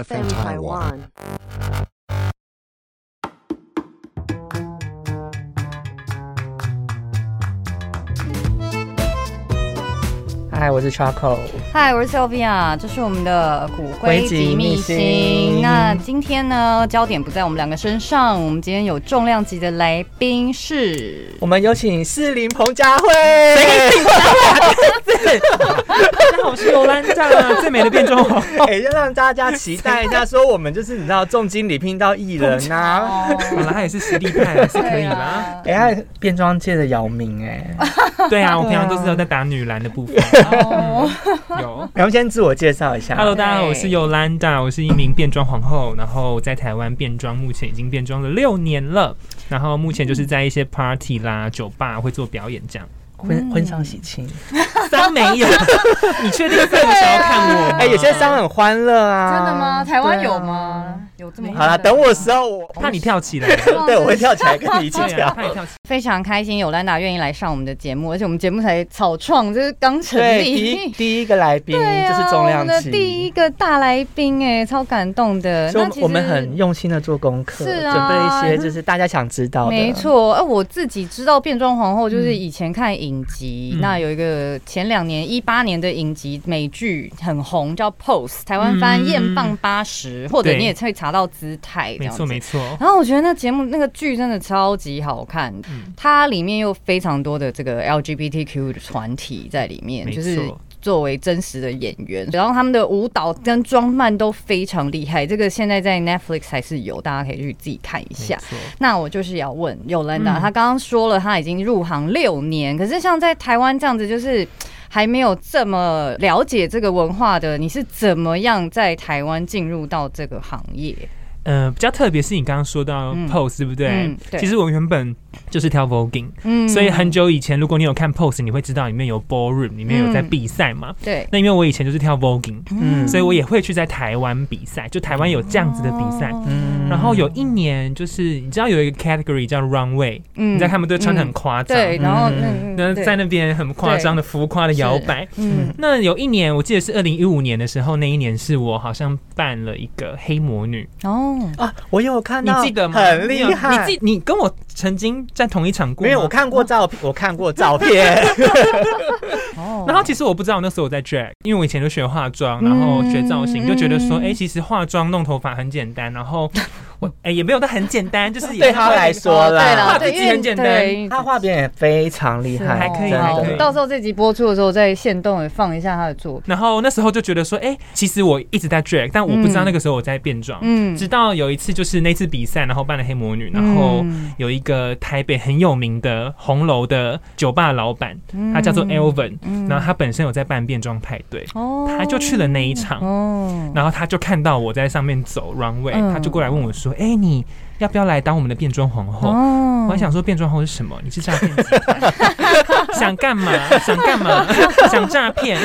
FM Taiwan。嗨，我是 Charcoal。嗨，我是 Sylvia，这是我们的古龟级秘龟级秘辛。辛那今天呢，焦点不在我们两个身上，我们今天有重量级的来宾是。我们有请四林彭佳慧。我是罗兰站啊，最美的变装皇后。 哎，要让大家期待一下，说我们就是你知道重金礼聘到艺人呐、 啊。本来也是实力派，还啊是可以啦。哎、他是变装界的姚明哎、对啊，我平常都是有在打女篮的 部分。哦，有然后先自我介绍一下。 ，Hello，大家好，我是 Yolanda，我是一名变装皇后，然后在台湾变装，目前已经变装了六年了。然后目前就是在一些 party 啦、酒吧会做表演这样。婚婚丧喜庆。三没 有，你确定三个想要看我吗？哎、有些伤很欢乐啊。真的吗？台湾有吗？有这么好啦，等我的时候我，怕你跳起来。对，我会跳起来跟你一起 对啊， 跳。怕你跳起来。非常开心，有兰达愿意来上我们的节目，而且我们节目才草创，就是刚成对，第一立。第一个来 宾对就啊是重我量们的级，第一个大来宾哎、超感动的。所那以我们其实我们很用心的做功课，是啊准备一些就是大家想知道的。没，错，呃，我自己知道变装皇后就是以前看影集，嗯那有一个前两年一八年的影集美剧很红，叫《Pose》，台湾翻《嗯艳放八十》，或者对你也会查到姿态，这没样错子嗯没。错，然后我觉得那节目那个剧真的超级好看，嗯它里面有非常多的这个 LGBTQ 的团体在里面，没就是错。作为真实的演员，然后他们的舞蹈跟装扮都非常厉害，这个现在在 Netflix 还是有，大家可以去自己看一下没。错那我就是要问有人达，嗯他刚刚说了他已经入行六年，可是像在台湾这样子，就是还没有这么了解这个文化的，你是怎么样在台湾进入到这个行业？呃，比较特别是你刚刚说到嗯 pose，、对不对？嗯对其实我原本就是跳 voguing，、嗯所以很久以前，如果你有看 pose，你会知道里面有 ballroom，里面有在比赛嘛。对，那因为我以前就是跳 voguing，嗯所以我也会去在台湾比赛，就台湾有这样子的比赛。哦嗯然后有一年，就是你知道有一个 category 叫 runway，、嗯你知道他们都穿的很嗯夸张，对，然后嗯嗯，那对在那边很夸张的浮夸的摇摆。嗯那有一年，我记得是二零一五年的时候，那一年是我好像办了一个黑魔女，哦，啊，我有看你到，记得吗？很你厉有害。你记你跟我曾经在同一场过吗，没有，我看过照片，我看过照片。 哦然后其实我不知道那时候我在 drag，因为我以前就学化妆，然后学造型，嗯就觉得说，嗯哎、其实化妆弄头发很简单，然后我哎、也没有到很简单，就是也对他来说对啦，对，啦，画笔因记为很简单对他画边也非常厉害，还可以真的还可以到时候这集播出的时候，在线动也放一下他的作品。然后那时候就觉得说，哎、其实我一直在 drag，但我不嗯知道那个时候我在变装。嗯直到有一次就是那次比赛，然后扮了黑魔女，然后嗯有一个台北很有名的红楼的酒吧老板，他叫做 Elvin，、嗯然后他本身有在办变装派对，哦他就去了那一场。哦，然后他就看到我在上面走 runway，、嗯他就过来问我说：“哎、你要不要来当我们的变装皇后？”哦我还想说变装皇后是什么？你是诈骗集团， 想干嘛？想干嘛？想诈骗？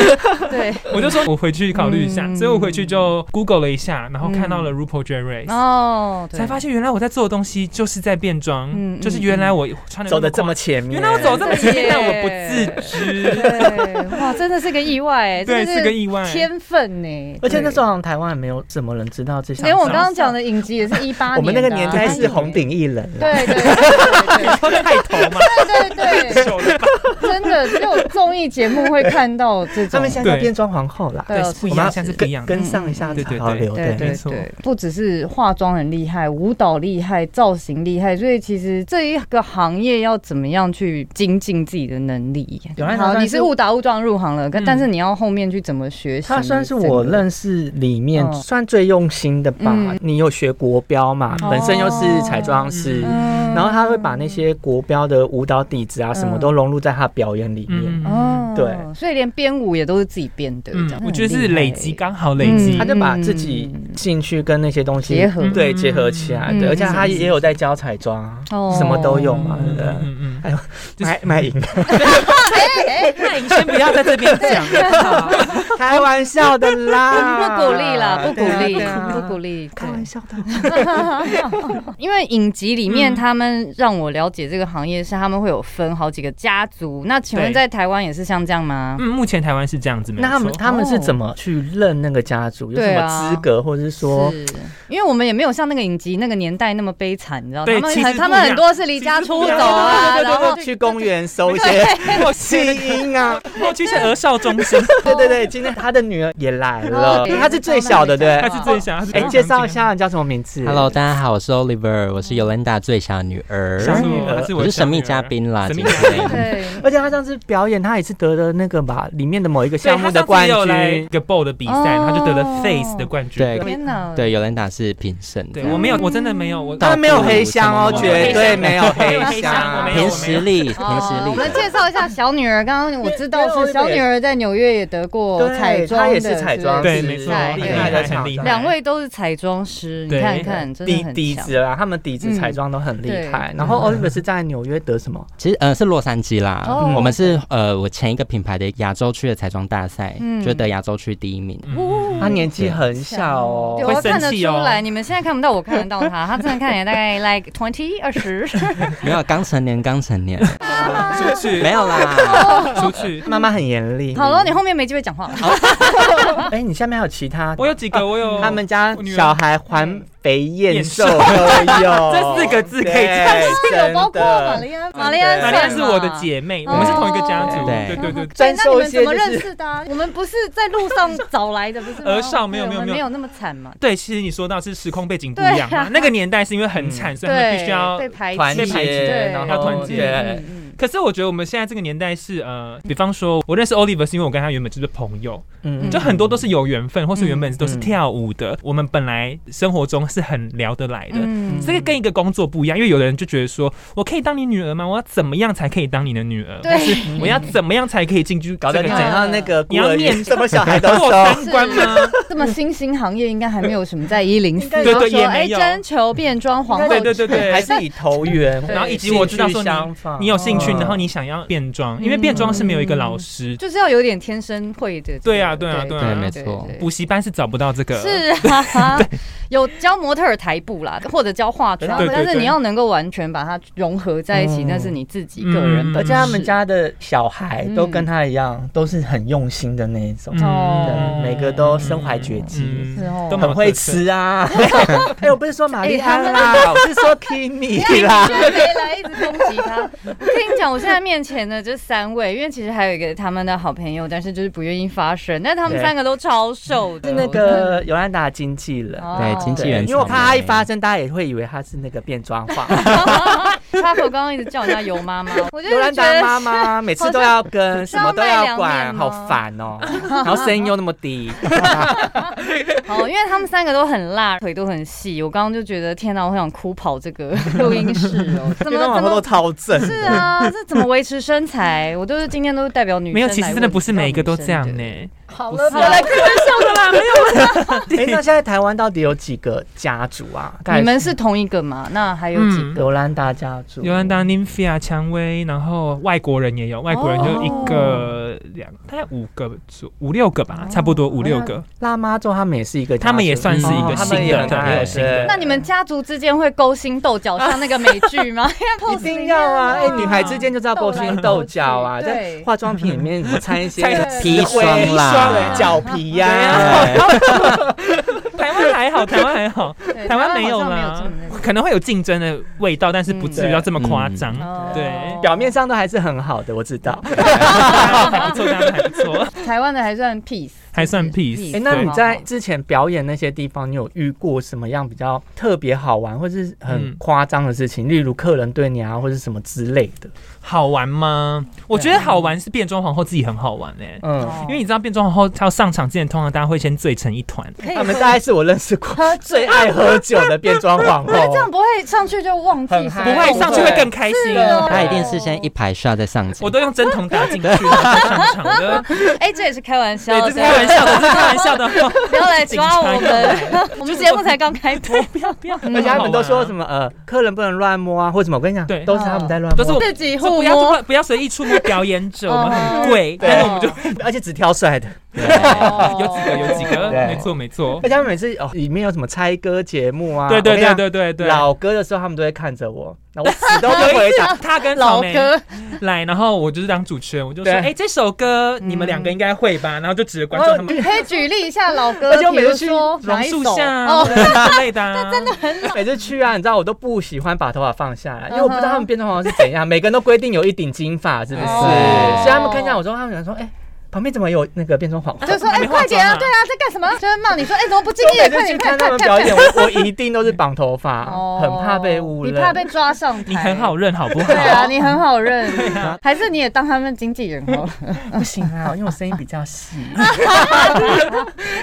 对，我就说我回去考虑一下，嗯所以我回去就 Google 了一下，然后看到了 RuPaul Drag Race，、哦，对才发现原来我在做的东西就是在变装，嗯嗯就是原来我穿的走的这么前面。原来我走这么前面，对但我不自知，对，哇，真的是个意外欸，对，真是的个意外。天分呢。而且那时候，候好像台湾也没有什么人知道这项。连我刚刚讲的影集也是一八年的啊，我们那个年代是红顶艺人啦，对。对对对对说太头嘛，对对对，久了吧真的只有综艺节目会看到这他种们。现在叫对变装皇后啦。对对，是不一我们样，要现在是不一样的。跟跟上一下嗯嗯嗯潮流。对没对错对，不只是化妆很厉害，舞蹈厉害，造型厉害，所以其实这一个行业要怎么样去精进自己的能力有人？好好，像你是是误打误撞入行了，可嗯但是你要后面去怎么学习？他算是我认。认识里面嗯算最用心的吧嗯。你有学国标嘛？嗯本身又是彩妆师，嗯然后他会把那些国标的舞蹈底子啊，什么嗯都融入在他表演里面。嗯哦，对，嗯所以连编舞也都是自己编的，这样我觉得是累积，刚好累嗯积他。就把自己兴趣跟那些东西结合对，结合起来的。嗯而且他也有在教彩妆啊，哦什么都有嘛，对不对？嗯嗯，还有买买淫，哎那你先不要在这边讲， 开玩笑的 啦，不鼓励啦，不鼓励对啊，不鼓励，励，开玩笑的。因为影集里面嗯他们让我了解这个行业是他们会有分好几个家族，那请问对在台湾也是像像这样吗？嗯，目前台湾是这样子，没有那他们错他们是怎么去认那个家族？有什对么啊资格，或者是说是因为我们也没有像那个影集那个年代那么悲惨，你知道，对他们其实很不他们一很样多是离家其实出不一样走啊，对对然对后对，去公园搜一些过弃去 婴啊，过去是哦儿少中心，对对对，今天他的女儿也来了哦，对她是最小的，对他。是最 想，他是哎最，想介绍一下你叫什么名字 Hello，大家好，我是 Oliver，我是 Yolanda 最小女儿，小女儿是我我的是神小秘女儿嘉宾啦，神秘今嘉宾天对。而且他上次表演，他也是得了那个吧，里面的某一个项目的冠对他上次也有来一军。个 bowl 的比赛，哦他就得了 face 的冠军。对天哪！对，Yolanda 是评审，对我没有，我真的没有，我到他没有黑箱哦，我绝对没有我没有黑黑箱我箱没。有凭实力，哦凭实我们力。介绍一下小女儿。刚刚我知道因为是小女儿在纽约也得过彩对，妆他的，也是彩妆师，对没错厉害的厂厉害商两位都是彩妆师，你对看看，真的底很底强子啦，他们底子嗯彩妆都很厉对害。然后 Oliver 是在纽约得什么？其实呃是洛杉矶啦，哦我们是呃我前一个品牌的亚洲区的彩妆大赛嗯，就得亚洲区第一名。嗯他年纪很小哦对，会我看得生气出哦来。你们现在看不到，我看得到 他。他真的看起来大概 like twenty 二十。没有刚成年，刚成 年，出去没有啦。出去，妈妈很严厉。好了，你后面没机会讲话了。哎，你下面还有其他？我有几个，我有哦他们家我女儿小孩环肥燕瘦燕都有， 这四个字可以 对有包括玛真的丽安，玛丽安，玛丽安是我的。姐哦妹，我们是同一个家族，对对对对。对，专那你收一们怎些么就认是识的啊？我们不是在路上找来的，不 是吗？儿少没有对没有我们没有没有那么惨嘛。对，其实你说到是时空背景不一样对嘛啊，那个年代是因为很惨，所以他们必须要被排团挤被排挤结，对然要后团结对嗯嗯可是我觉得我们现在这个年代是呃，比方说，我认识 Oliver 是因为我跟他原本就是朋友，嗯就很多都是有缘分，或是原本都是嗯跳舞的，我们本来生活中是很聊得来的。嗯这个跟一个工作不一样，因为有的人就觉得说，我可以当你女儿吗？我要怎么样才可以当你的女儿？对或是我要怎么样才可以进去搞得这你个整家？像那嗯个孤你儿要院，面什么小 孩都过收。三关吗？这么新兴行业应该还没有什么在一零四，对对然后说也哎没有征求变装皇后，对对对对，还是以投缘，然后以及我知道兴说你趣相仿 你有兴哦嗯趣，然后你想要变装，因为变装是没有一个老师，就是要有点天生会的这个。对啊对啊对啊对没错对补习班是找不到这个。是 啊，有教模特儿台步啦，或者教化妆，对对对但是你要能够完全把它融合在一起，嗯那是你自己个人嗯本而事。且他 们家的小孩都跟嗯他一样，都是很用心的那一种，哦对每个都身怀绝技。嗯是哦都蛮有很会特色吃 啊！哎，我不是说玛丽安 啦，我是说 Kimi 啦。对没来一直攻击他。我跟你讲，我现在面前的这三位，因为其实还有一个他们的好朋友，但是就是不愿意发声，但他们对三个都超瘦的，是那个尤兰达经纪人，哦对经纪对，人因为我怕他一发声，大家也会以为他是那个变 装化。 他口刚刚一直叫人家油妈妈， 我就尤是兰觉达得 妈妈每次都要跟什么都要管，好好像烦哦。然后声音又那么低，哦好，因为他们三个都很辣，腿都很细，我刚刚就觉得天哪，我想哭跑这个录音室哦， 怎变装么皇怎后都么？超正的。是啊，这怎么维持身材？我都是今天都是代表女生没有，其实真的不是每一个都来问这样欸到女生的。呢。好了好了， 哎、那现在台湾到底有几个家族啊？你们是同一个吗？那还有几个？嗯，尤兰达家族，尤安达、Nymphia、蔷薇，然后外国人也有，外国人哦就一个、两，大概五个左五六个哦吧，差不多五六个。辣妈咒，他们也是一个家族，他们也算是一哦个他们新也的，很他们也有新的。那你们家族之间会勾心斗角，像那个美剧 吗？一定要啊！哎、女孩之间就是要勾心斗角啊，斗来斗在去化妆品里面怎么掺一些掺一些砒霜啦对啊脚皮呀、啊哎台湾还好， 台湾还好，对台湾没有好像没有啦这么那个，可能会有竞争的味道，但是不至于要这么夸张。哦嗯对表面上都还是很好的，我知道。还不错，当然还不 错，台湾的还算 peace，还算就是 peace 哎、对那你在好之前表演那些地方，你有遇过什么样比较特别好玩或是很夸张的事情？例如客人对你啊，或是什么之类的？好玩吗？我觉得好玩是变装皇后自己很好玩哎、嗯，好因为你知道变装皇后她要上场之前，通常大家会先醉成一团，可以他们喝大概是我认识过最爱喝酒的变装 皇后。那这样不会上去就忘记很什嗨哦不么？会上去会更开心。哎是哦他一定是先一排刷再上我场。都用针筒打进去上 场的，哎，这也是开玩对，笑这的，是开玩笑的，这是开玩笑的， 不要来抓我紧张们， 我们节目才刚开播，不 要不要，而而且他们都说什么么？呃，客人不能乱摸啊，或什么。我跟你讲，对都是他们在乱摸，都是我自己说互不要摸，不要随意触摸表演者，哦我们很贵，对但是我们就 而且只挑帅的。 哦哎有几个有几个，对没错没错而且，他们每次哦，里面有什么猜歌节目啊，对对我跟你对讲对对对，对老歌的时候，他们都会看着我，那我死 都不回答。他跟草老嗯莓歌，来，然后我就是当主持人，我就说，对哎、这首歌你们两个应该会吧？然后就指着观众他们你可以举例一下老歌，而且我比每如次去说哪榕一树首下啊哦或，者是之类 的、啊，真的每次去啊，你知道我都不喜欢把头发放下来，因为我不知嗯道哼他们变装皇后是怎样，每个人都规定有一顶金发，是不是？哦所以他们看见我之后，他们想说，哎，旁边怎么有那个变装皇后？就说还哎，没化快点啊，妆啊对啊，在干什么？就是骂 你说哎，怎么不敬我业？每快次去点，看快他点，快们表点！演，我我一定都是绑头发，哦很怕被误你认。怕被抓上台，你很好认好不好对？啊，你很好认啊，还是你也当他们经纪人好了。不行啊， 因为我声音比较 细，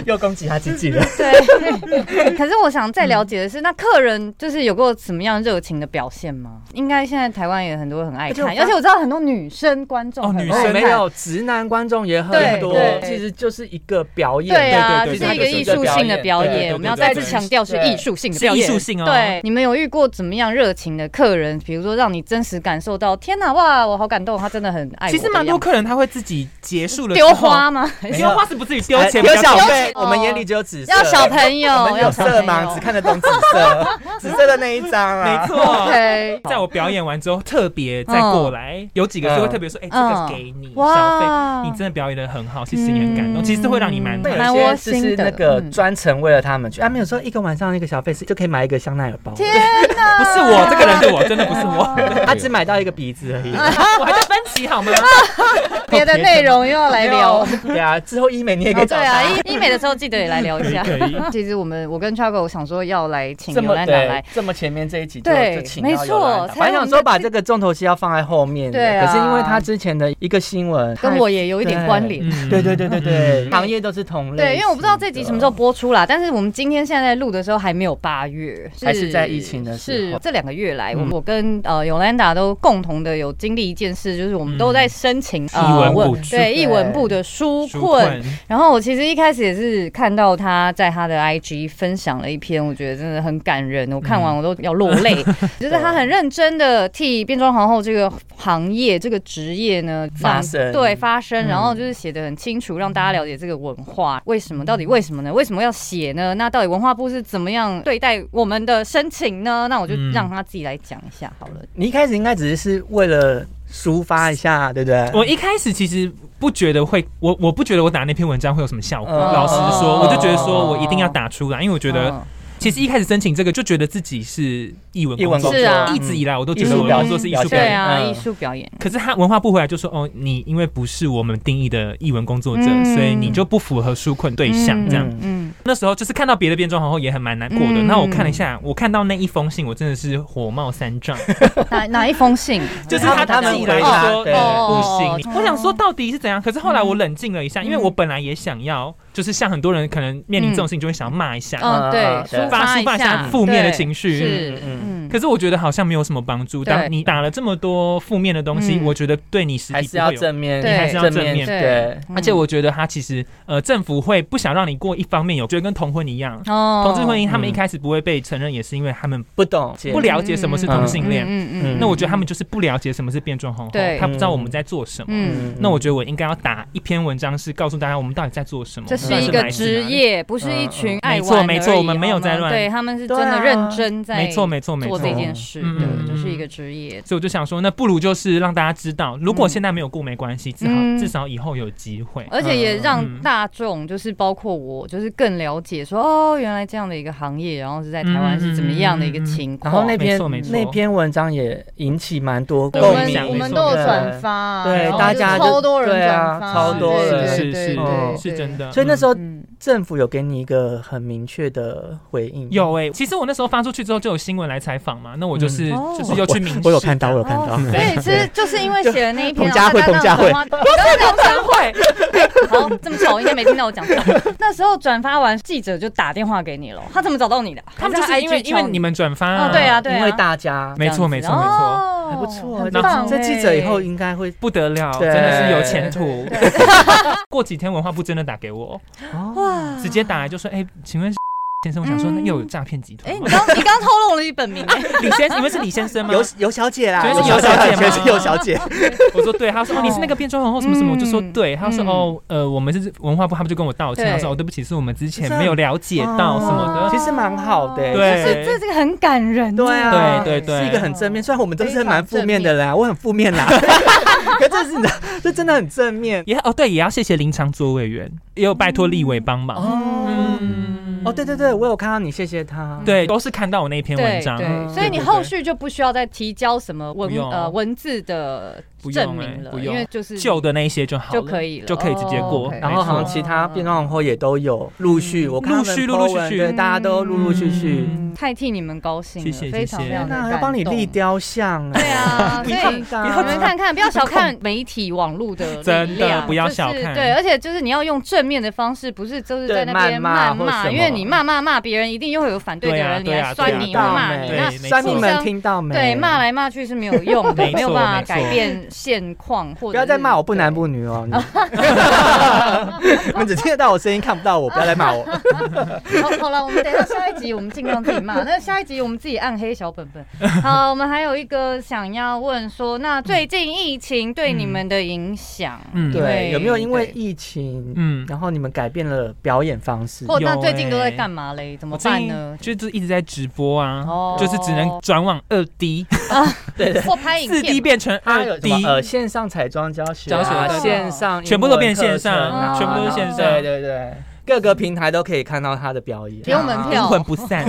又攻击他经 纪 人。对，可是我想再了解的是，那客人就是有过什么样热情的表现吗？应该现在台湾也很多很爱看，而且我发而且我知道很多女生观众哦很女爱生看没有直男观众也很多对，对其实就是一个表演。对啊，对这对对是一个对艺术性的表对对对演，我们要再次强调是艺术性的是表艺演。术性哦。对，，你们有遇过怎么样热情的客人？比如说让你真实感受到，天哪，哇，我好感动，他真的很爱我的样其子。实蛮多客人他会自己结束了之后丢，花吗？没丢有花是不至于丢丢钱，比较小多费，哦我们眼里只有紫色，要小朋 友，我们要有小色朋盲，只友。看得懂紫色，紫色的那一张 啊。没错。 OK，在我表演完之后，特别再过来，有几个是会特别说：“哎，这个给你小费，嗯哇你真的表演的很好，其实你很感动，嗯其实会让你蛮会对开蛮心。有窝一些就心是的那个嗯专程为了他们去，他们有时候一个晚上那个小费是就可以买一个香奈儿包，天啊 不是我这个人，对我真的不是我，他只买到一个鼻子而已。 我还在分歧好吗？别的内容又要来 聊。对啊，之后医美你也可哦，以找对他。啊，医医美的时候记得也来聊一 下可以可以。其实我们我跟 Chago 想说要来请这尤么兰达来对，，这么前面这一集就对就请到尤兰达没错才本来有想说把这个重头戏要放在后面的，对啊可是因为他之前的一个新闻跟我。也有一点关联。嗯对嗯对对对对，嗯行业都是同类型的。对，因为我不知道这集什么时候播出啦，但是我们今天现在在录的时候还没有八月，还是在疫情的时候是这两个月来，嗯我我跟呃尤兰达都共同的有经历一件事，就是我们都在申请呃译文部我对对译文部的书纾困，然后我其实一开始也是看到他在他的 IG 分享了一篇，我觉得真的很感人，我看完我都要落 泪。就是他很认真的替变装皇后这个行业、这个职业呢发让声对发声，嗯然后就是写的很清楚，让大家了解这个文化为什么，到底为什么呢？为什么要写呢？那到底文化部是怎么样对待我们的申请呢？那我就嗯让他自己来讲一下好了。你一开始应该只是是为了抒发一下，对不对？我一开始其实不觉得会，我我不觉得我打那篇文章会有什么效果。嗯老实说，我就觉得说哦我一定要打出来，因为我觉得嗯其实一开始申请这个就觉得自己是译文工译文工作作嗯者，是啊一直以来我都觉艺得术我表要做是艺术表表对演。啊，嗯艺术表演。可是他文化部回来就说：“哦，你因为不是我们定义的译文工作者，嗯所以你就不符合纾困对象。”这样，嗯嗯，那时候就是看到别的变装皇后也很蛮难过的。嗯那我看了一下，我看到那一封信，我真的是火冒三 丈，哪哪一封信？就是他他他们寄来回答说对哦呃不哦嗯行，哦我想说到底是怎样？可是后来我冷静了一下，因为我本来也想要，就是像很多人可能面临这种事情就会想要骂一下，嗯，对，嗯抒发抒发发一一下下负面的情绪是，嗯嗯，可是我觉得好像没有什么帮助。对当你打了这么多负面的东西，嗯我觉得对你实还体是不要会有。正面，对还是要正面对。嗯而且我觉得他其实呃，政府会不想让你过，一方面有觉得跟同婚一样。哦同志婚姻，他嗯们一开始不会被承认，也是因为他们不懂不了解什么是同性恋。嗯嗯那我觉得他们就是不了解什么是变装皇后对，他不知道我们在做什么。嗯那我觉得我应该要打一篇文章，是告诉大家我们到底在做什么。这是一个职，业，不是一群爱玩而已嗯哦没错没错我们没有在乱对啊他们是真的认真在没错没错没做错。这件事嗯的，嗯就是一个职业。所以我就想说，那不如就是让大家知道，如果现在没有过没关系，至嗯少至少以后有机会。而且也嗯让嗯大众，就是包括我，就是更了解说哦，原来这样的一个行业，然后是在台湾是怎么样的一嗯个情况。然后那哦没篇错没错那篇文章也引起蛮多对共我鸣，们我们都有转发，啊对然后大家就就超多人对啊转发，超多对人对是对是对嗯是对真的。所以那时候嗯政府有给你一个很明确的回应，有哎、其实我那时候发出去之后就有新闻来采访嘛，那我就是、嗯哦就是又去明示我有看到，我有看到哦，所以其实就是因为写了那一篇，同家会然后大家同家会让我们同家会， 好，这么吵，应该没听到我讲话。 那时候转发完，记者就打电话给你了，他怎么找到你的？他们就是因为因为你们们转发、哦，对啊，，对啊，因为大家没错没错没错，错还不错，哦很这棒这哎记者以后应该会不得了，对真的是有前途 对。过几天文化部真的打给我，哦哇直接打来就说，哎、请问 先生，我想说，啊嗯那又有诈骗集团哎，你吗？刚你刚透露了你本 名，哎李先，你们是李 先生吗？尤尤小姐啦，就是尤尤小姐全吗嗯是尤小姐，我说对，他说哦，你是那个变装皇后什么什么，我就说对，他说嗯哦，呃，我们是文化部，他们就跟我道歉，对哦他说哦，对不起，是我们之前没有了解到什么其的，实蛮好的欸对就是哦这这个很感人，对啊，对对对是一个很正面，虽然我们都是蛮负面的啦，我很负 面啦，可这是你知道这真的很正面也哦对，也要谢谢林长卓委员，也有拜托立委帮忙。哦嗯，哦，对对对，我有看到你，谢谢他，对，都是看到我那篇文对章，嗯对，所以你对对后续就不需要再提交什么文不用呃文字的不用证明哎了，不因用为就是旧的那一些就好了就可以了就可以直接哦过。 ，OK 然后好像其他变装皇后也都有陆续，我看他们陆续陆陆续 po 文续对，大家都陆陆续续。嗯太替你们高兴了，谢谢非常谢谢非常的那感要帮你立动。雕像，对啊，所 你以看你们看，看看，不要小看媒体网络的力真的量不要就是小看对，而且就是你要用正面的方式，不是就是在那边 对谩骂谩或什骂，么因为你骂骂骂别人，一定又会有反对的对啊人对啊来对啊酸你或对啊骂你。对那没错酸民们听到没？对骂来骂去是没有 用的，没错没有办法没错改变现况，或者不要再骂我不男女。不女哦，你 你们只听得到我声音，看不到我，不要来 骂我。好，好了，我们等一下下一集，我们尽量自己骂。那下一集我们自己暗黑小本 本。好，我们还有一个想要问说，那最近疫情对你们的影响，嗯对，有没有因为对疫情，嗯，然后你们改变了表演方式？或那有最近都在哎欸干嘛嘞？怎么我最办近呢？就是一直在直播啊，哦就是只能转往二 D，或拍影四 D 片，变成它有什二 D，么呃线上彩妆教学嗯教学啊、对线上英文课程啊全部都变线上全部都是线上啊对对对，各个平台都可以看到他的表演，啊不用门阴票魂不散。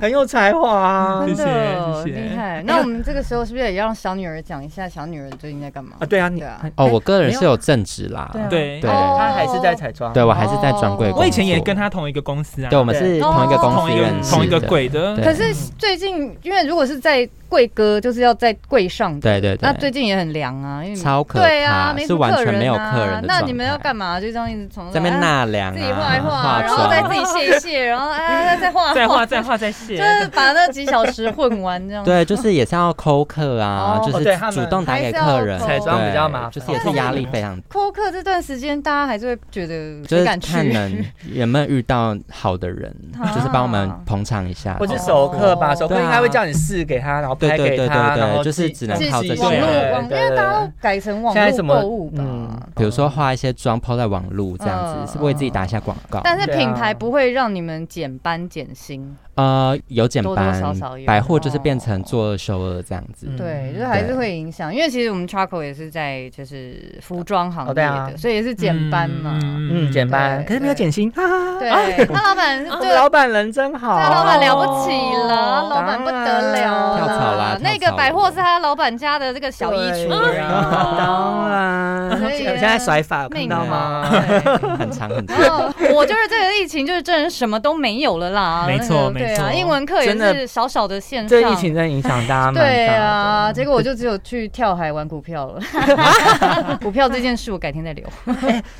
很有才华啊！真谢谢的谢谢厉害。那我们这个时候是不是也要让小女儿讲一下小女儿最近在干嘛啊，？对啊，你对啊哦，我个人是有正职啦，对啊对哦对哦他还是在彩妆，啊对我还是在专柜工作。我以前也跟他同一个公司啊，对，我们是哦同一个公同司一认个识同一个的。鬼的，对可是最近，因为如果是在柜哥，就是要在柜上的。对对那对，最近也很凉啊，因为超可怕，对啊，没什是么完客人全啊没有客人的那你们要状态干嘛？就这样一直从在那边纳凉、啊，自己画一画，化然后妆再自己卸一卸， 然后哎再画再画再画再 卸就。是把那几小时混完这样。对，就是也是要抠客啊，哦就是对他们主动打给客人，还是要抠彩妆比较麻烦对就是也是压力非常，扣客这段时间，大家还是会觉得就谁是敢看去？ 能有没有遇到好的人，啊就是帮我们捧场一下，或是熟客吧，哦熟客应该会叫你试给他，然后对拍对给对他，对对然后就是自己只能靠这些网络对网，因为大家都改成网现在络什么购物吧嗯。比如说画一些妆抛在网路这样嗯子，是为自己打一下广告。但是对啊品牌不会让你们减班减薪，呃，有减多多班少少有，百货就是变哦成做二收二这样子。嗯对，就是还是对会影响。因为其实我们 Charco 也是在就是服装行业哦对啊的，所以也是减班嘛。嗯，啊减班，对可是没有减薪，哈哈哈。对，他老板我就们老板哦人真好，他老板了不起了，老板不得了跳槽啦那跳个槽百货是他老板家的这个小衣橱而对已啊当 然，所我以现在甩法有看命到啊吗？？对很长很长。然后我就是这个疫情，就是真的什么都没有了啦。没错那个对没啊，错英文课也真的是少少的线上。这疫情真的影响大家蛮大的。对啊，结果我就只有去跳海玩股票 了。股票这件事我改天再聊。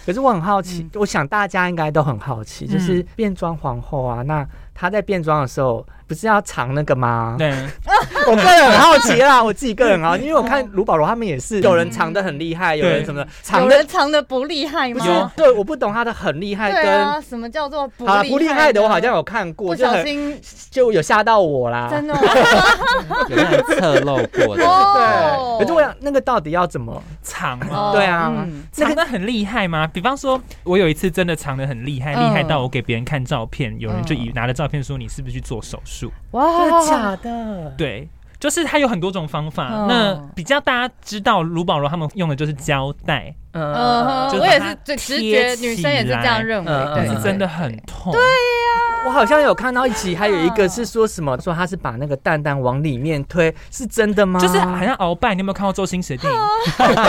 可是我很好奇，我想大家应该都很好奇，就是嗯变装皇后啊，那她在变装的时候不是要藏那个吗？对， 我个人很好奇啦，我自己个人啊，因为我看卢宝罗他们也是有人藏的很厉害，有人什么的藏有的人藏的不厉害不吗？是，对，我不懂他的很厉害对跟。啊，什么叫做不好啦，厉不厉害的我好像有看不过，就小很心就有吓到我啦。真的哦。有没有人侧漏过的？哦 对，可是我想那个到底要怎么？藏嘛哦，对啊嗯藏的很厉害吗？比方说，我有一次真的藏的很厉害，嗯厉害到我给别人看照片，有人就以拿着照片说你是不是去做手术？真哇的假的？对。就是它有很多种方法，嗯那比较大家知道卢宝罗他们用的就是胶带，嗯嗯，哼，就是我把也它是最直觉贴，女生也是这样认为，起来对，嗯是对真的很痛。对，我好像有看到一集，还有一嗯个是说什么，说他是把那个蛋蛋往里面推，是真的吗？就是好像鳌拜，你有没有看过周星驰的电影？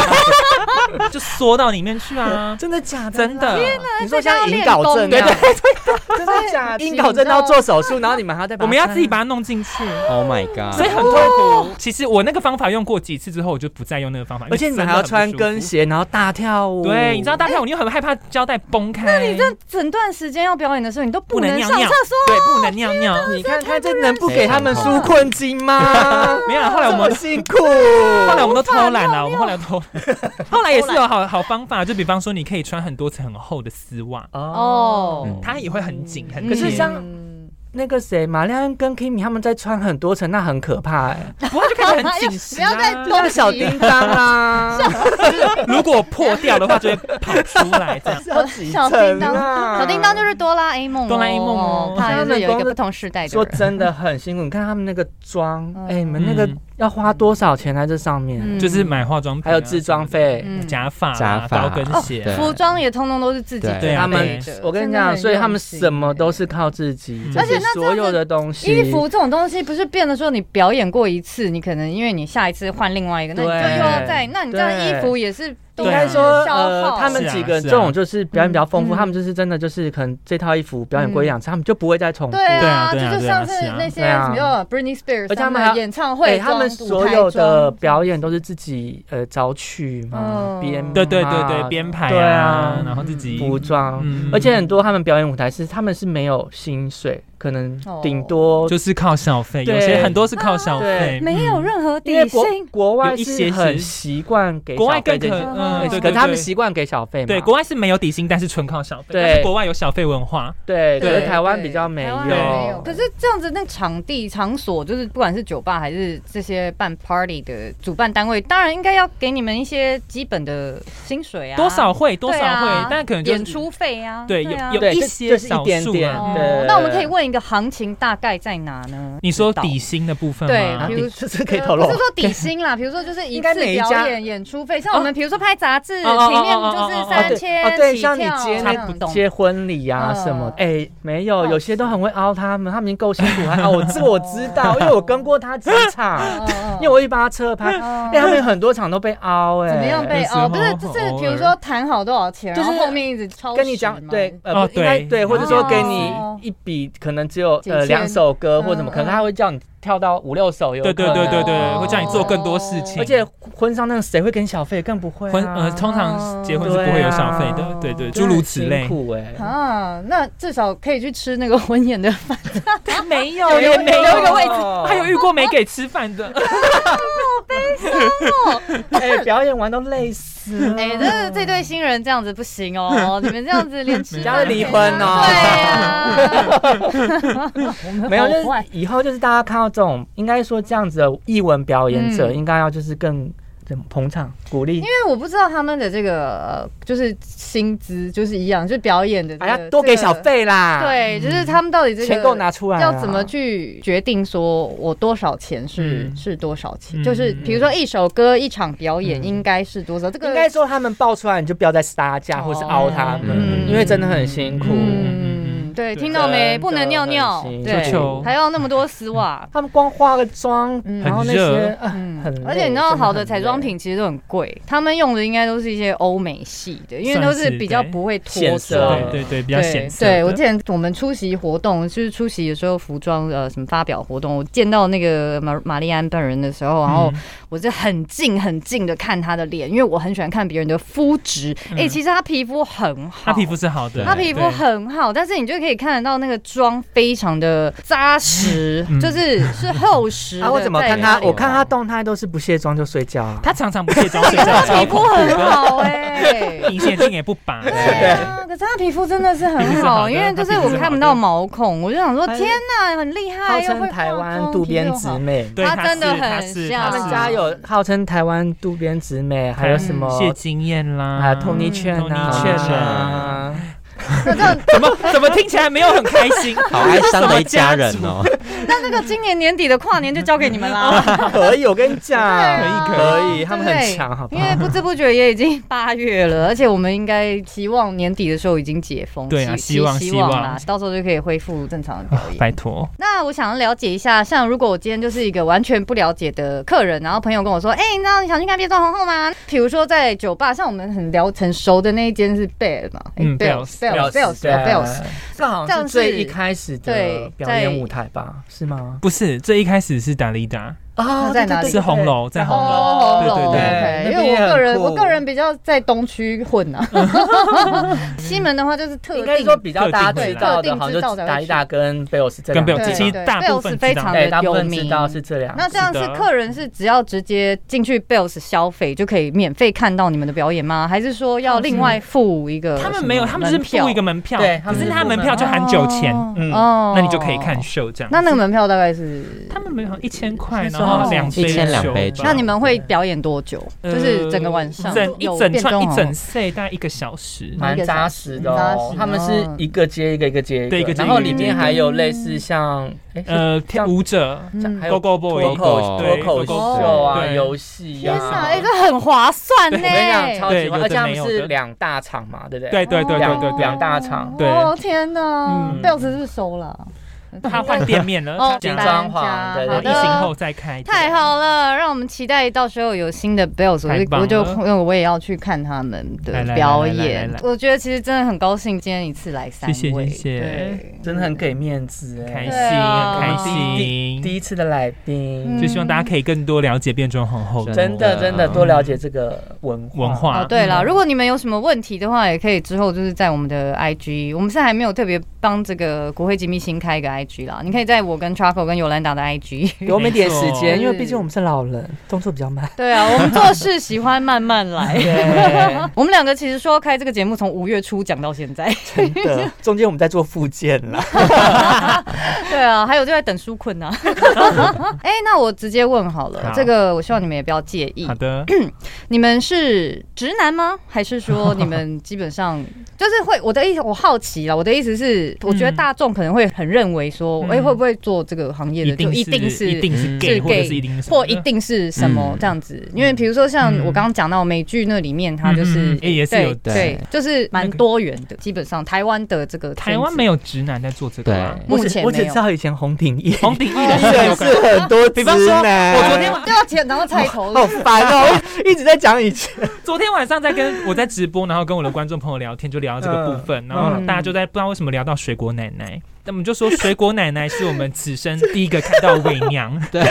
就缩到里面去 啊！真的假的？真的，你这说像叫引练导功啊症啊的那样， 真的假的？对引导症要做手术，然后你们还要再把 它我们要自己把它弄进去， Oh my 所以 god！很痛苦。其实我那个方法用过几次之后，我就不再用那个方法，而且你们还要穿跟鞋。鞋，然后大跳舞。对，你知道大跳舞，你又很害怕胶带崩开，那你这整段时间要表演的时候，你都不不能能尿上尿厕所，对不能尿尿。哦你看看这能不哎给他们纾困金 吗？没有啊啦，后来这我么们辛苦，后来我们都偷懒了，我们后 来偷，后来也是有好好方法，就比方说你可以穿很多层很厚的丝袜，哦嗯嗯它也会很紧很可是贴像那个谁，玛丽安跟 Kimi 他们在穿很多层，那很可怕哎、不过就看起来很紧 实、啊。不要再就像小叮当啊啦，如果破掉的话，就会跑出来这样。要 几小层叮当啊小叮当就是哆啦 A 梦哦，哆啦 A 梦哦它也是有一个不同时代的说人。真的很辛苦，你看他们那个妆，嗯哎、你们那个嗯要花多少钱在这上面？嗯就是买化妆品、啊还有自装、费，嗯哦假发、假发高跟鞋、对服装也通通都是自己对对他啊们对，我跟你真的讲，很所以他们用心欸什么都是靠自己，嗯这而且些那这样所子有的东西，衣服这种东西不是变得说你表演过一次，你可能因为你下一次换另外一个，那你就对又要再，那你这样对衣服也是都应对该啊说，消耗呃，他们是啊几个是这啊种就是表演比较丰富，嗯他们就是真的就是可能这套衣服表演过一两次，他们就不会再重复。对啊，嗯对啊这就对啊像对啊是是啊那些对啊什么哦 Britney Spears 而且他们的还演唱对会他们妆所舞有的，台妆表演都是自己呃找曲嘛嗯，编对对对嘛哦对，编排对啊然后自己服装，嗯而且很多他们表演舞台是他们是没有薪水，可能顶多哦就是靠消费，对有些很多是靠消费，哦没有任何因为底国薪，国外有一是些是很习惯给嗯国外小费更这可，件事，哦嗯，对对可对是他们习惯给小费嘛，对国外是没有底薪，但是纯靠消费，对但是国外有小费文化，对，可对是台湾比较没台有湾没有。可是这样子，那场地场所就是不管是酒吧还是这些办 party 的主办单位，当然应该要给你们一些基本的薪水啊，多少会多对少啊会，但可能就是演出费啊，对啊有对，一这些这是一少点数点啦。对哦，那我们可以问一个行情大概在哪呢？你说知道底薪的部分对吗啊比？你如这是可以透露不是说底薪啦，比如说就是一次应该每一表家演演出费，像我们比如说拍杂志，哦哦哦哦平面就是三哦千对哦对起像你跳接这那样个接婚礼呀、啊、嗯什么，哎、没有，哦有些都很会凹他们，他们已经够辛苦，还凹我，这个我知 道，因为我跟过他几场，因为我一帮他侧拍，哎、他们有很多场都被凹、哎，怎么样被有时哦？候不是，就是偶尔比如说谈好多少钱，就是然后后面一直超时跟你讲，嘛对，呃，哦不应该对对，或者说给你哦一笔，可能只有几呃千两首歌或什嗯么，可能他会叫你跳到五六首有可对能，对对对对，哦会叫你做更多事情，而且婚丧那个谁会给你小费，更不会、啊，婚呃通常结婚是不会有小费的，对对啊真对，诸的很如此类辛。苦哎、啊，那至少可以去吃那个婚宴 的饭，没有有也没有有一个位置还有遇过没给吃饭 的， 哎、表演完都累死了。哎，这这对新人这样子不行 哦，你们这样子连吃饭人家会都离没婚有哦对啊，我们没有，好就是坏以后就是大家看到这种，应该说这样子的艺文表演者，嗯应该要就是更怎么捧场鼓励，因为我不知道他们的这个呃就是薪资就是一样，就表演的、这哎个呀，多给小、费这啦，个对，就是他们到底这个钱给我拿出来啊，要怎么去决定说我多少钱是、嗯是多少钱？嗯就是比如说一首歌一场表演嗯应该是多少？这个应该说他们爆出来，你就不要再杀价哦或是凹他们，嗯因为真的很辛苦。嗯，对，对听到没？真的不能尿尿很，辛苦对求，求还要那么多丝 袜。他们光化个妆，嗯然后那很些热啊嗯很累，而且你知道，真好的很彩妆累品其实都很贵，他们用的应该都是一些欧美系的，因为都是算是比较对不会脱显色妆。对对对，比较显色的。啊对我之前我们出席活动，就是出席的时候服装呃什么发表活动，我见到那个玛玛丽安本人的时候，然嗯后我就很近很近的看她的脸，因为我很喜欢看别人的肤质。哎、嗯其实她皮肤很好，他皮肤。是好的，她皮肤对很好，但是你就可以看得到那个妆非常的扎实，嗯就是是厚实的。啊，我怎么看她他？？我看他动态都是不卸妆就睡觉啊。他常常不卸妆 睡她觉，皮肤很好哎、隐形眼镜也不拔。 对啊，可是她皮肤真的是皮肤很是好， 好的因为就是她皮肤我是看不好的到毛孔，我就想说她是天哪，很厉害，号又会称台化湾妆渡边。皮肤直又好美，对，啊他真的是他很是像他他是们家有号称台湾渡边直美，还有什么嗯谢金燕啦，啊，Tony 圈 Tony 啊 Chen 啊， 那这样怎么怎么听起来没有很开 心？好哀伤的一家人哦。那那个今年年底的跨年就交给你们 啦， 可以，我跟你讲，对啊可以，对他们很强，好不因好？为不知不觉也已经八月了，而且我们应该期望年底的时候已经解封，对啊希希望希希望望啦，到时候就可以恢复正常的表演。 拜托，那我想要了解一下，像如果我今天就是一个完全不了解的客人，然后朋友跟我说，哎、你知道你想去看《变装皇后》吗？比如说在酒吧，像我们很聊很熟的那一间是 Bell 嘛，嗯 b e l l Bells， b e l l b e l l b 对啊 e l l 这好像是最一开始的对表演在舞台吧？是吗？不是这一开始是达利达，啊，那在哪里对对对对是红楼，在红楼。哦，对对 OK，对因那边为我也个很人酷我个人比较在东区混啊，西门的话就是特应该定说比较大家特定知道对的，好特定知像道就才会达一达跟贝尔斯这两跟个贝尔对斯其实对大部分 Bells 非知道常对，大的部有分知名。道是这两个。那这样是是的客人是只要直接进去 Bells 消费就可以免费看到你们的表演吗？还是说要另外付一呃个什么门票？他们没有，他们就是付一个门票，对他可们是是他付门门票就含酒钱，嗯哦那你就可以看。秀这样。那那个门票大概是？他们没有一千块，是然后哦两杯1000两酒杯吧酒那你们会表演多久？呃就是整个晚上整一有整变串装一哦整 set 大概一个小时，蛮扎实的蛮嗯扎哦实，他们是一个接一个，一个接对一一个个，接一然个后里面还有类似像，哎呃，跳舞者。嗯像还有狗狗 boy，脱口对脱口狗秀狗啊，对游戏天哪，啊，哎，这很划算呢！我跟你讲超对喜有的欢，而且他没们有的是两大场嘛，对不对？对对对对两对对两，大场对哦天哪嗯，Bells 是不是收了。他换店面了，哦他精讲装潢搬家对然对后好对疫情的后再开， 太好了，让我们期待到时候有新的 Bells，太棒我就我了就我也要去看他们的来来来表来来演来来。我觉得其实真的很高兴，今天一次来三位，谢谢谢谢对真的很给面子哎，开对心啊很开第心，第一次的来宾嗯，就希望大家可以更多了解变装皇后真的真的多了解这个文化啊文化。哦，对了，如果你们有什么问题的话，也可以之后就是在我们的 IG，我们现在还没有特别帮这个国会机密新开一个 IG 啦，你可以在我跟 Traco 跟尤兰达的 IG。给我们一点时没错间，因为毕竟我们是老人，动作比较慢。对啊，我们做事喜欢慢慢来。对，我们两个其实说要开这个节目，从五月初讲到现在。真的，中间我们在做复健啦。对啊，还有就在等纾困啊。 哎、那我直接问好了，好这个我希望你们也不要介意好。的，你们是直男吗？还是说你们基本 上就是会？我的意思，我好奇了。我的意思是，我觉得大众可能会很认为说，嗯哎、会不会做这个行业的就一定是一定是嗯 gay 是或者 gay，是一定是或一定是什么嗯这样子？因为比如说像嗯我刚刚讲到美剧那里面，它就是、嗯嗯嗯也是有对的对，就是蛮多元的。基本上台湾的这个圈子台湾没有直男在做这个啊。对目前我没只有知。道以前红 顶一，红顶 艺人依然是很多比方说我昨天晚对啊，前然后菜头好烦哦，一直在讲以前。昨天晚上在跟我在直播，然后跟我的观众朋友聊天，就聊到这个部分，然后嗯大家就在不知道为什么聊到水果奶奶，那我们 就说水果奶奶是我们此生第一个看到伪 娘，对，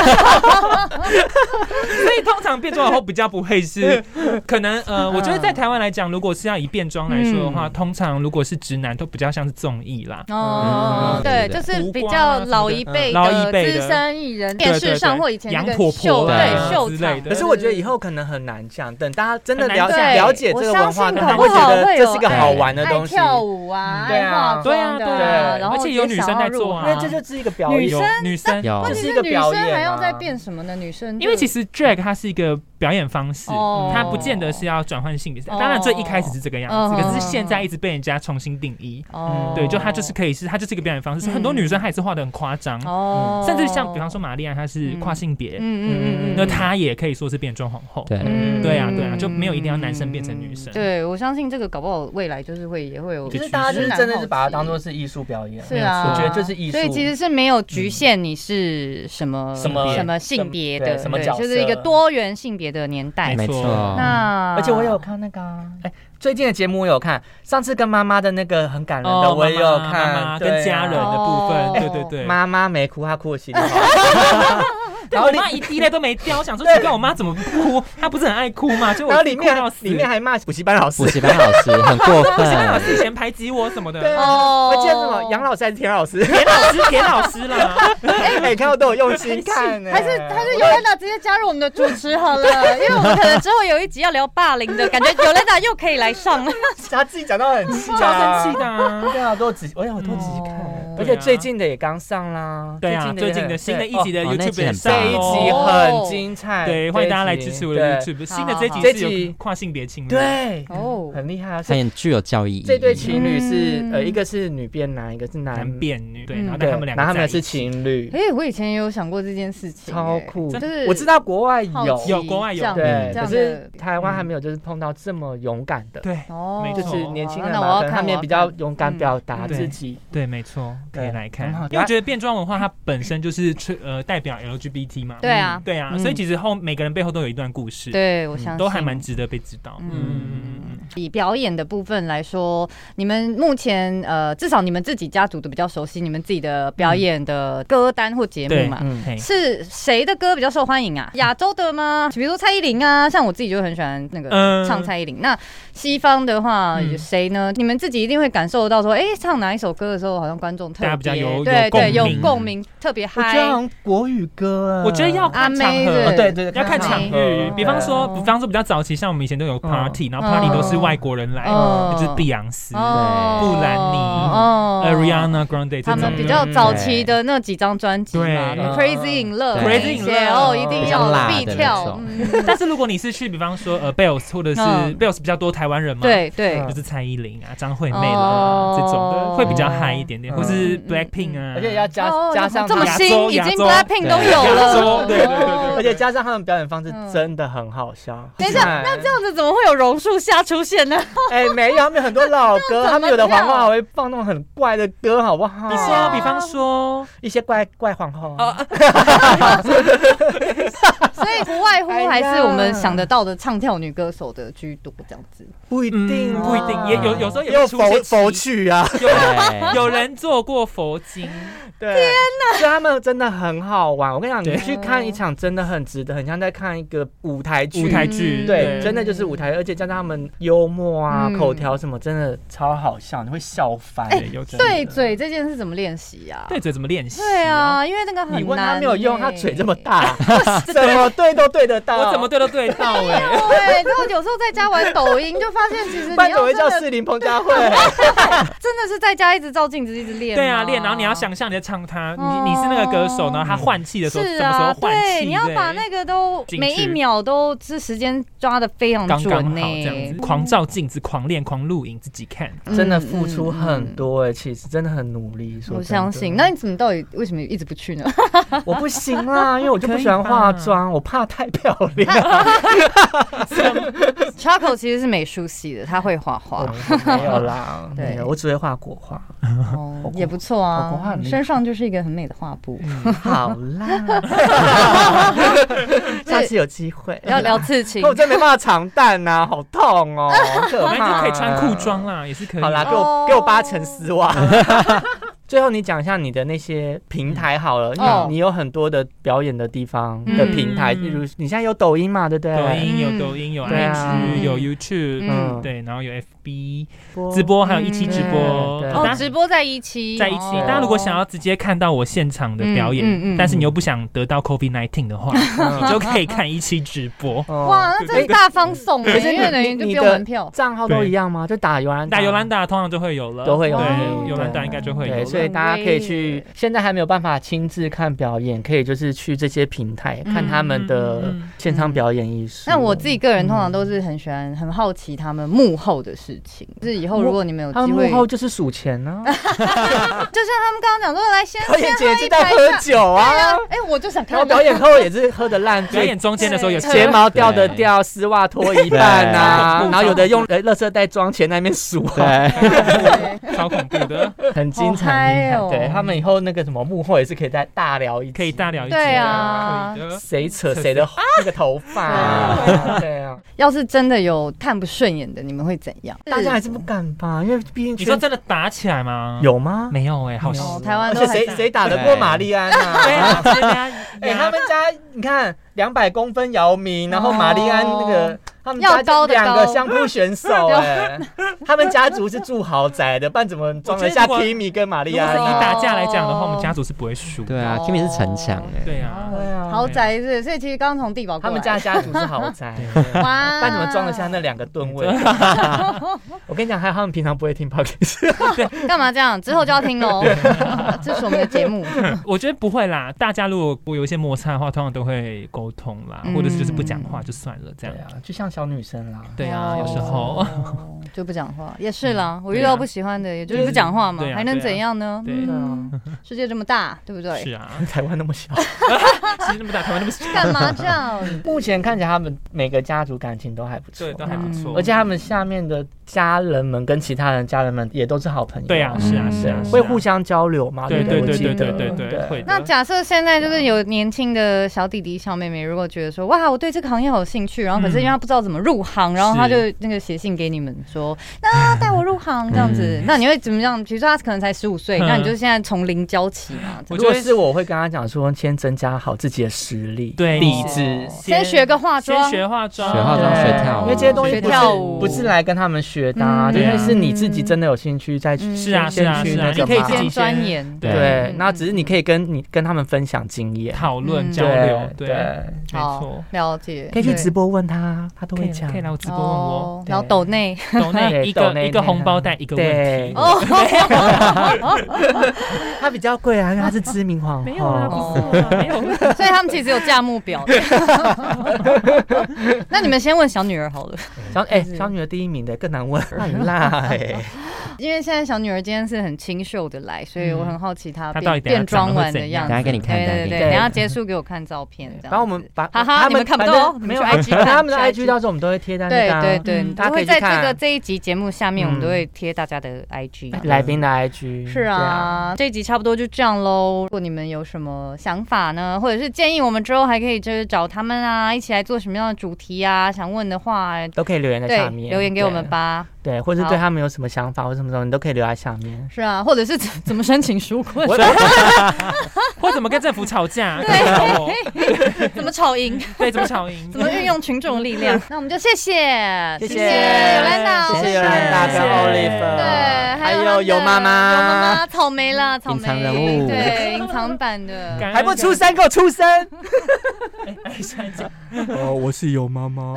所以通常变装皇后比较不会 是，可能呃，我觉得在台湾来讲，如果是要以变装来说的话，嗯通常如果是直男都比较像是综艺啦，哦嗯，对，就对是比胡瓜啊较什么老的一嗯辈老一辈的资深艺人，对电对视上对或以前那杨个婆婆秀啊对秀之类场的可是我觉得以后可能很难讲，等大家真的了很难解讲了解这个对我文化，可相信能会觉搞不好得会有这是一个好玩的爱东西。跳舞啊，嗯对爱化啊对啊妆的对啊然后而且也有女生想要在入做啊因为行这就是一个表女演有，女生。有问这题是一是个女表生演还要啊再变什么呢？女生因为其实实 drag 它是一个表演方式，哦它不见得是要转换性别。哦当然最一开始是这个样子，嗯可是现在一直被人家重新定义。哦对，就它就是可以是，它就是一个表演方式。嗯很多女生她也是画的很夸张，哦，甚至像比方说玛丽安，她是跨性别，嗯，嗯嗯嗯，那她也可以说是变装皇后。对，嗯，对啊对啊就没有一定要男生变成女生对我相信这个搞不好未来就是会也会有，就是大家就是真的是把它当做是艺术表演。是啊，我觉得这是艺术嗯所以其实是没有局限你是什么什么什么性别的，对什么对角色就是一个多元性别的年代。没错那而且我有看那个啊，哎，最近的节目我有看，上次跟妈妈的那个很感人的哦，我也有妈妈妈看，妈对啊跟家人的部分，哦对对对。妈妈没哭，她哭的心好。然但后我里妈一滴泪都没掉，我想说奇怪，我妈怎么不哭？她不是很爱哭嘛？就然后我自己里哭面到还死。里面还骂补习班老师补，习班老师很过我想老分，师以前排挤我什么对的，哦啊，我记得什么杨老师还是田老师，田老师，田老师啦。 哎，看到都有用心看呢，还是还是尤兰达直接加入我们的主持好 了，因为我们可能之后有一集要聊霸凌的感觉，尤兰达又可以来上了。他自己讲到很气超生气的。的、啊。对啊，都仔细，哎呀，我都仔细看哦了，而且最近的也刚上啦。对啊，最也近的很新的对一集的哦那 YouTube 集也很上棒这一集哦很精彩，对，欢迎大家来支持我的这一集 YouTube。新的这一好好集这是有集跨性别情侣，对，对哦很厉害啊！它这也具有教育意义。这对情侣是嗯呃，一个是女变男，一个是男男，变女，对，嗯然后对，但他们两个然后他们在一是起，情侣，哎、我以前也有想过这件事情、超哎酷就真是我知道国外有好奇，嗯有国外有这样对，这可样是的。台湾还嗯没有就是碰到这么勇敢的，对哦没就错是年轻人那我嘛，要可能看他们也我要比较看勇敢嗯表达嗯自己，对，没错，可以来看很好。因为我觉得变装文化它本身就是吹呃代表 LGBT 嘛，对啊，对啊，嗯所以其实后每个人背后都有一段故事，对我相信啊都还蛮值得被知道。嗯嗯嗯嗯。以表演的部分来说，你们目前呃，至少你们自己家族的比较熟悉，你们自己的表演的歌单或节目嗯对嘛。嗯嘿是谁的歌比较受欢迎啊？亚洲的吗？比如说蔡依林啊，像我自己就很喜欢那个嗯唱蔡依林。那西方的话，嗯有谁呢？你们自己一定会感受到说，哎、唱哪一首歌的时候，好像观众特大家别比较有对对有共有鸣共鸣，特别我觉得好嗨。像国语歌，啊我觉得要阿看场妹合哦，对对对要看场合域，比方说，对比方说比较早期，像我们以前都有 party，然嗯后 party 都是外国人来，嗯就是碧昂斯、哦布兰妮呃哦 Ariana Grande 这他种的们比较早期的那几张专辑嘛对什嗯么，Crazy in Love，对那些哦，一定比较要辣的必跳。那嗯但是如果你是去，比方说呃 Bells 或者是嗯 Bells 比较多台湾人嘛，，对对嗯就是蔡依林啊、张惠妹啦哦这种的，会比较嗨一点点，嗯或是嗯嗯 Blackpink 啊，而且要加哦加上这么他亚新，洲已亚经洲 Blackpink 都有亚了，洲对对对对哦而且加上他们表演方式嗯真的很好笑。等一下，那这样子怎么会有榕树下出现 呢？ 哎，没有，他们有很多老那歌，怎么他们有的跳皇后还会放那种很怪的歌，好不好？你哦说，嗯比方说，一些怪怪皇后啊，所以不外乎还是我们想得到的唱跳女歌手的居多，这样子。不一嗯，定，哦不一定，也有有时候也也有会出一佛些佛奇曲 啊，有对有人做过佛经，啊对，天哪！所以他们真的很好玩。我跟你讲，对你去看一场真的很值得，很像在看一个舞台剧。舞台剧，嗯对，真的就是舞台，而且加上他们幽默啊、嗯口条什么，真的超好笑，你会笑翻。哎有真的对嘴这件事怎么练习呀？对嘴怎么练习？对，啊，因为那个很难。你问他没有用，欸他嘴这么。大， 怎么对都对得到。我怎么对都对到 哎。对，然后有时候在家玩抖音，就发现其 实你不然怎么要会真叫的四零彭佳慧？真的是在家一直照镜子，一直练吗。对啊，练，然后你要想象你在唱它，哦你你是那个歌手，然后他换气的时候，是什么时啊，候换对，气？你要把那个都进去每一秒都是时间抓的非常刚刚准好这样子，呢。狂照镜子，狂练，狂录影，自己看。嗯 真的付出嗯很嗯多哎，其实真的很努力。说我真的相信，那你怎么到底为什么一直不去呢？ 我不行啦，因为我就不喜欢化妆，我怕太漂亮。 Chaco 其实是美术系的，他会画画，哦 没有 啦，对没有，我只会画国 画。哦，也不错我国画啊很，厉害身上就是一个很美的画布。嗯好 啦， 下次有机会要聊。刺青哦可，我哦真没办法藏蛋呐、 好痛哦，好可我啊们就怕。可以穿裤。装啦，也是可以。好啦，给哦我给我八层丝袜。 最后你讲一下你的那些平台好了，哦你你有很多的表演的地方的平台，嗯例如你现在有抖音嘛，对不对？抖音嗯有抖音有对啊 IG 有嗯 YouTube，对，然后有 FB 播直播，还有一期直播。对对大哦，家直播在一期，在一哦起。大家如果想要直接看到我现场的表演，嗯嗯嗯但是你又不想得到 COVID 1 9的话， 你就可以看一期直播。哦嗯哇，那真是大放送欸，可是因为等于你就你不你用门的票。账号都对一样吗？就打尤兰打尤兰达达通常就会有了，都会有哦对，尤对兰达应该就会有对，了。所以大家可以去，现在还没有办法亲自看表演，可以就是去这些平台看他们的嗯嗯嗯现场表演艺术。那我自己嗯个人通常都是很喜欢、很好奇他们幕后的事情，就是以后如果你们有机他们会，啊幕后就就是数钱啊呢，像他们刚刚讲说，来先表先演喝姐一知道杯喝吧。酒 啊，哎、我就想然看后到表演后也是喝的 烂表演醉。中间的时候有对睫毛掉的掉，丝袜脱一半呐、对然后 有的用呃垃圾袋装钱在那边数、啊，对， 超恐怖的， 很精好嗨彩。很哦精 彩对他们以后那个什么幕后也是可以再大聊一集，可以大聊一集。对啊可以的谁扯谁的 那个头发、啊， 对啊，要是真的有看不顺眼的，你们会怎样？大家还是不敢吧，因为毕竟你说圈真的打起来吗？有啊吗？没有？哎，好像哦，台湾而都且还谁在谁打得过玛丽安啊？对啊，大家哎、他们家你看两百公分姚明，然后玛丽安那个、他们要家高的就两高个相扑选 手哎、他们家族是住豪宅的，不然怎么装得下我觉得如果 Kimi 跟玛如丽果安是以啊？打架来讲的话，我们家族是不会输。对啊哦，Kimi 是城墙哎，对啊，对啊豪宅是，所以其实刚从地堡过他来们家家族是豪宅，哎哇 不然怎么装得下那两个吨 位？我跟你讲，还有他们平常不会听 p o d c a s t 干嘛这样？之后就要听喽， 这是我们的节目。我觉得不会啦。大家如果有一些摩擦的话，通常都会沟通啦，嗯或者是就是不讲话就算了这对样。啊，就像小女生啦。对啊，有时候。嗯哦 就不讲话也是啦。我遇到不喜欢的，也就是不讲话嘛对，啊还能怎样呢？对对啊嗯，世界这么大，对不是对？啊， 台湾那么小，其实那么大，台湾那么小，干嘛这 样？目前看起来他们每个家族感情都还不错，对，都还不错。而且他们下面的家人们跟其他人家人们也都是好朋友。对啊，是啊，是啊，对是啊会互。相交流嘛？对不对我对记对得对对对，会的。那假设现在就是有年轻的小弟弟、小妹妹，如果觉得说哇，我对这个行业好有兴趣，然后可是因为他不知道怎么入行，然后他就是那个写信给你们说，那带我入行这样子，那你会怎么样？比如说他可能才十五岁，嗯那你就现在从零教起嘛，我如觉果得是我会跟他讲说，先增加好自己的实力，对底是子。哦先学个化妆哦先，学化妆，学化妆对学跳舞因为这些东西学不是跳舞不是来跟他们学的啊，嗯因为对啊是你自己真的有兴趣再去嗯是啊是先啊去是啊，那你个可以嘛自己先钻先研，对对嗯，那只是你可以跟你跟他们分享经验，讨论嗯交流，对，对，没好错，，了解，可以去对直播问他，他都可会以讲可以。来我直播问我，哦，然后抖 内。抖内对一抖个内一个红包袋一个问对题，哦，他比较贵啊，因为他是知 名皇后。没有啊，哦不是啊没有啊，所以他们其实有价目 表。 那你们先问小女儿好了，小哎、是小女儿第一名的更难问，很辣哎、因为现在小女儿今天是很清秀的来，所以我很好奇她她变到底等哦下变装长得会完的怎样等一下样子。给你看，对对等一下给对，你看等对一下结束给我看照片，这样子。然后我们把哈哈他你们看不到反正没有你们去 IG 看他们的去 IG IG 到时候我们都会贴在那对个啊、对对，嗯你大家可会以在去这看个这一集节目下面，我们都嗯会贴大家的啊 IG。来宾的 IG 是啊，这一集差不多就这样喽。如果你们有什么想法呢，或者是建议我们之后还可以就是找他们啊，一起来做什么样的主题啊，想问的话，对啊，都可以留言在对下，面，留言给我们对，吧。对，或者是好对他们有什么想法或什么什么，你都可以留在下 面。是啊，或者是怎怎么申请纾 困，或怎么跟政府吵架，对可以找 我怎么吵赢，对，怎么吵赢怎，么运用群众力量。那我们就谢谢，谢谢尤兰达，谢谢谢谢尤兰达跟谢谢 Oliver，对，还有有尤尤妈尤妈妈，妈，草莓啦，草莓，隐藏人物对， 隐藏版的。感恩还不出声，给我出声！哦，我是有妈妈。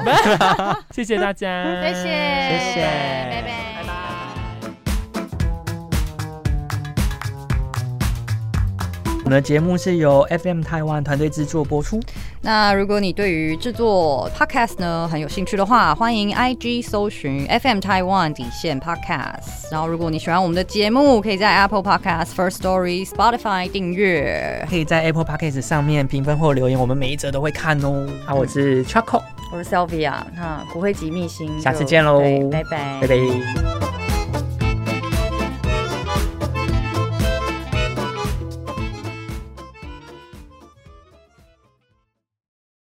谢谢大家，谢谢，谢谢拜拜，拜拜。 我们的节目是由 FM 台湾团队制作播出。那如果你对于制作 podcast 呢很有兴趣的话，欢迎 IG 搜寻 FM Taiwan 底线 podcast。然后，如果你喜欢我们的节目，可以在 Apple Podcast、First Story、Spotify 订阅。可以在 Apple Podcast 上面评分或留言，我们每一则都会看哦。啊，我是 Chuckle，我是 Sylvia，那骨灰级秘辛就，下次见喽对拜拜，拜拜。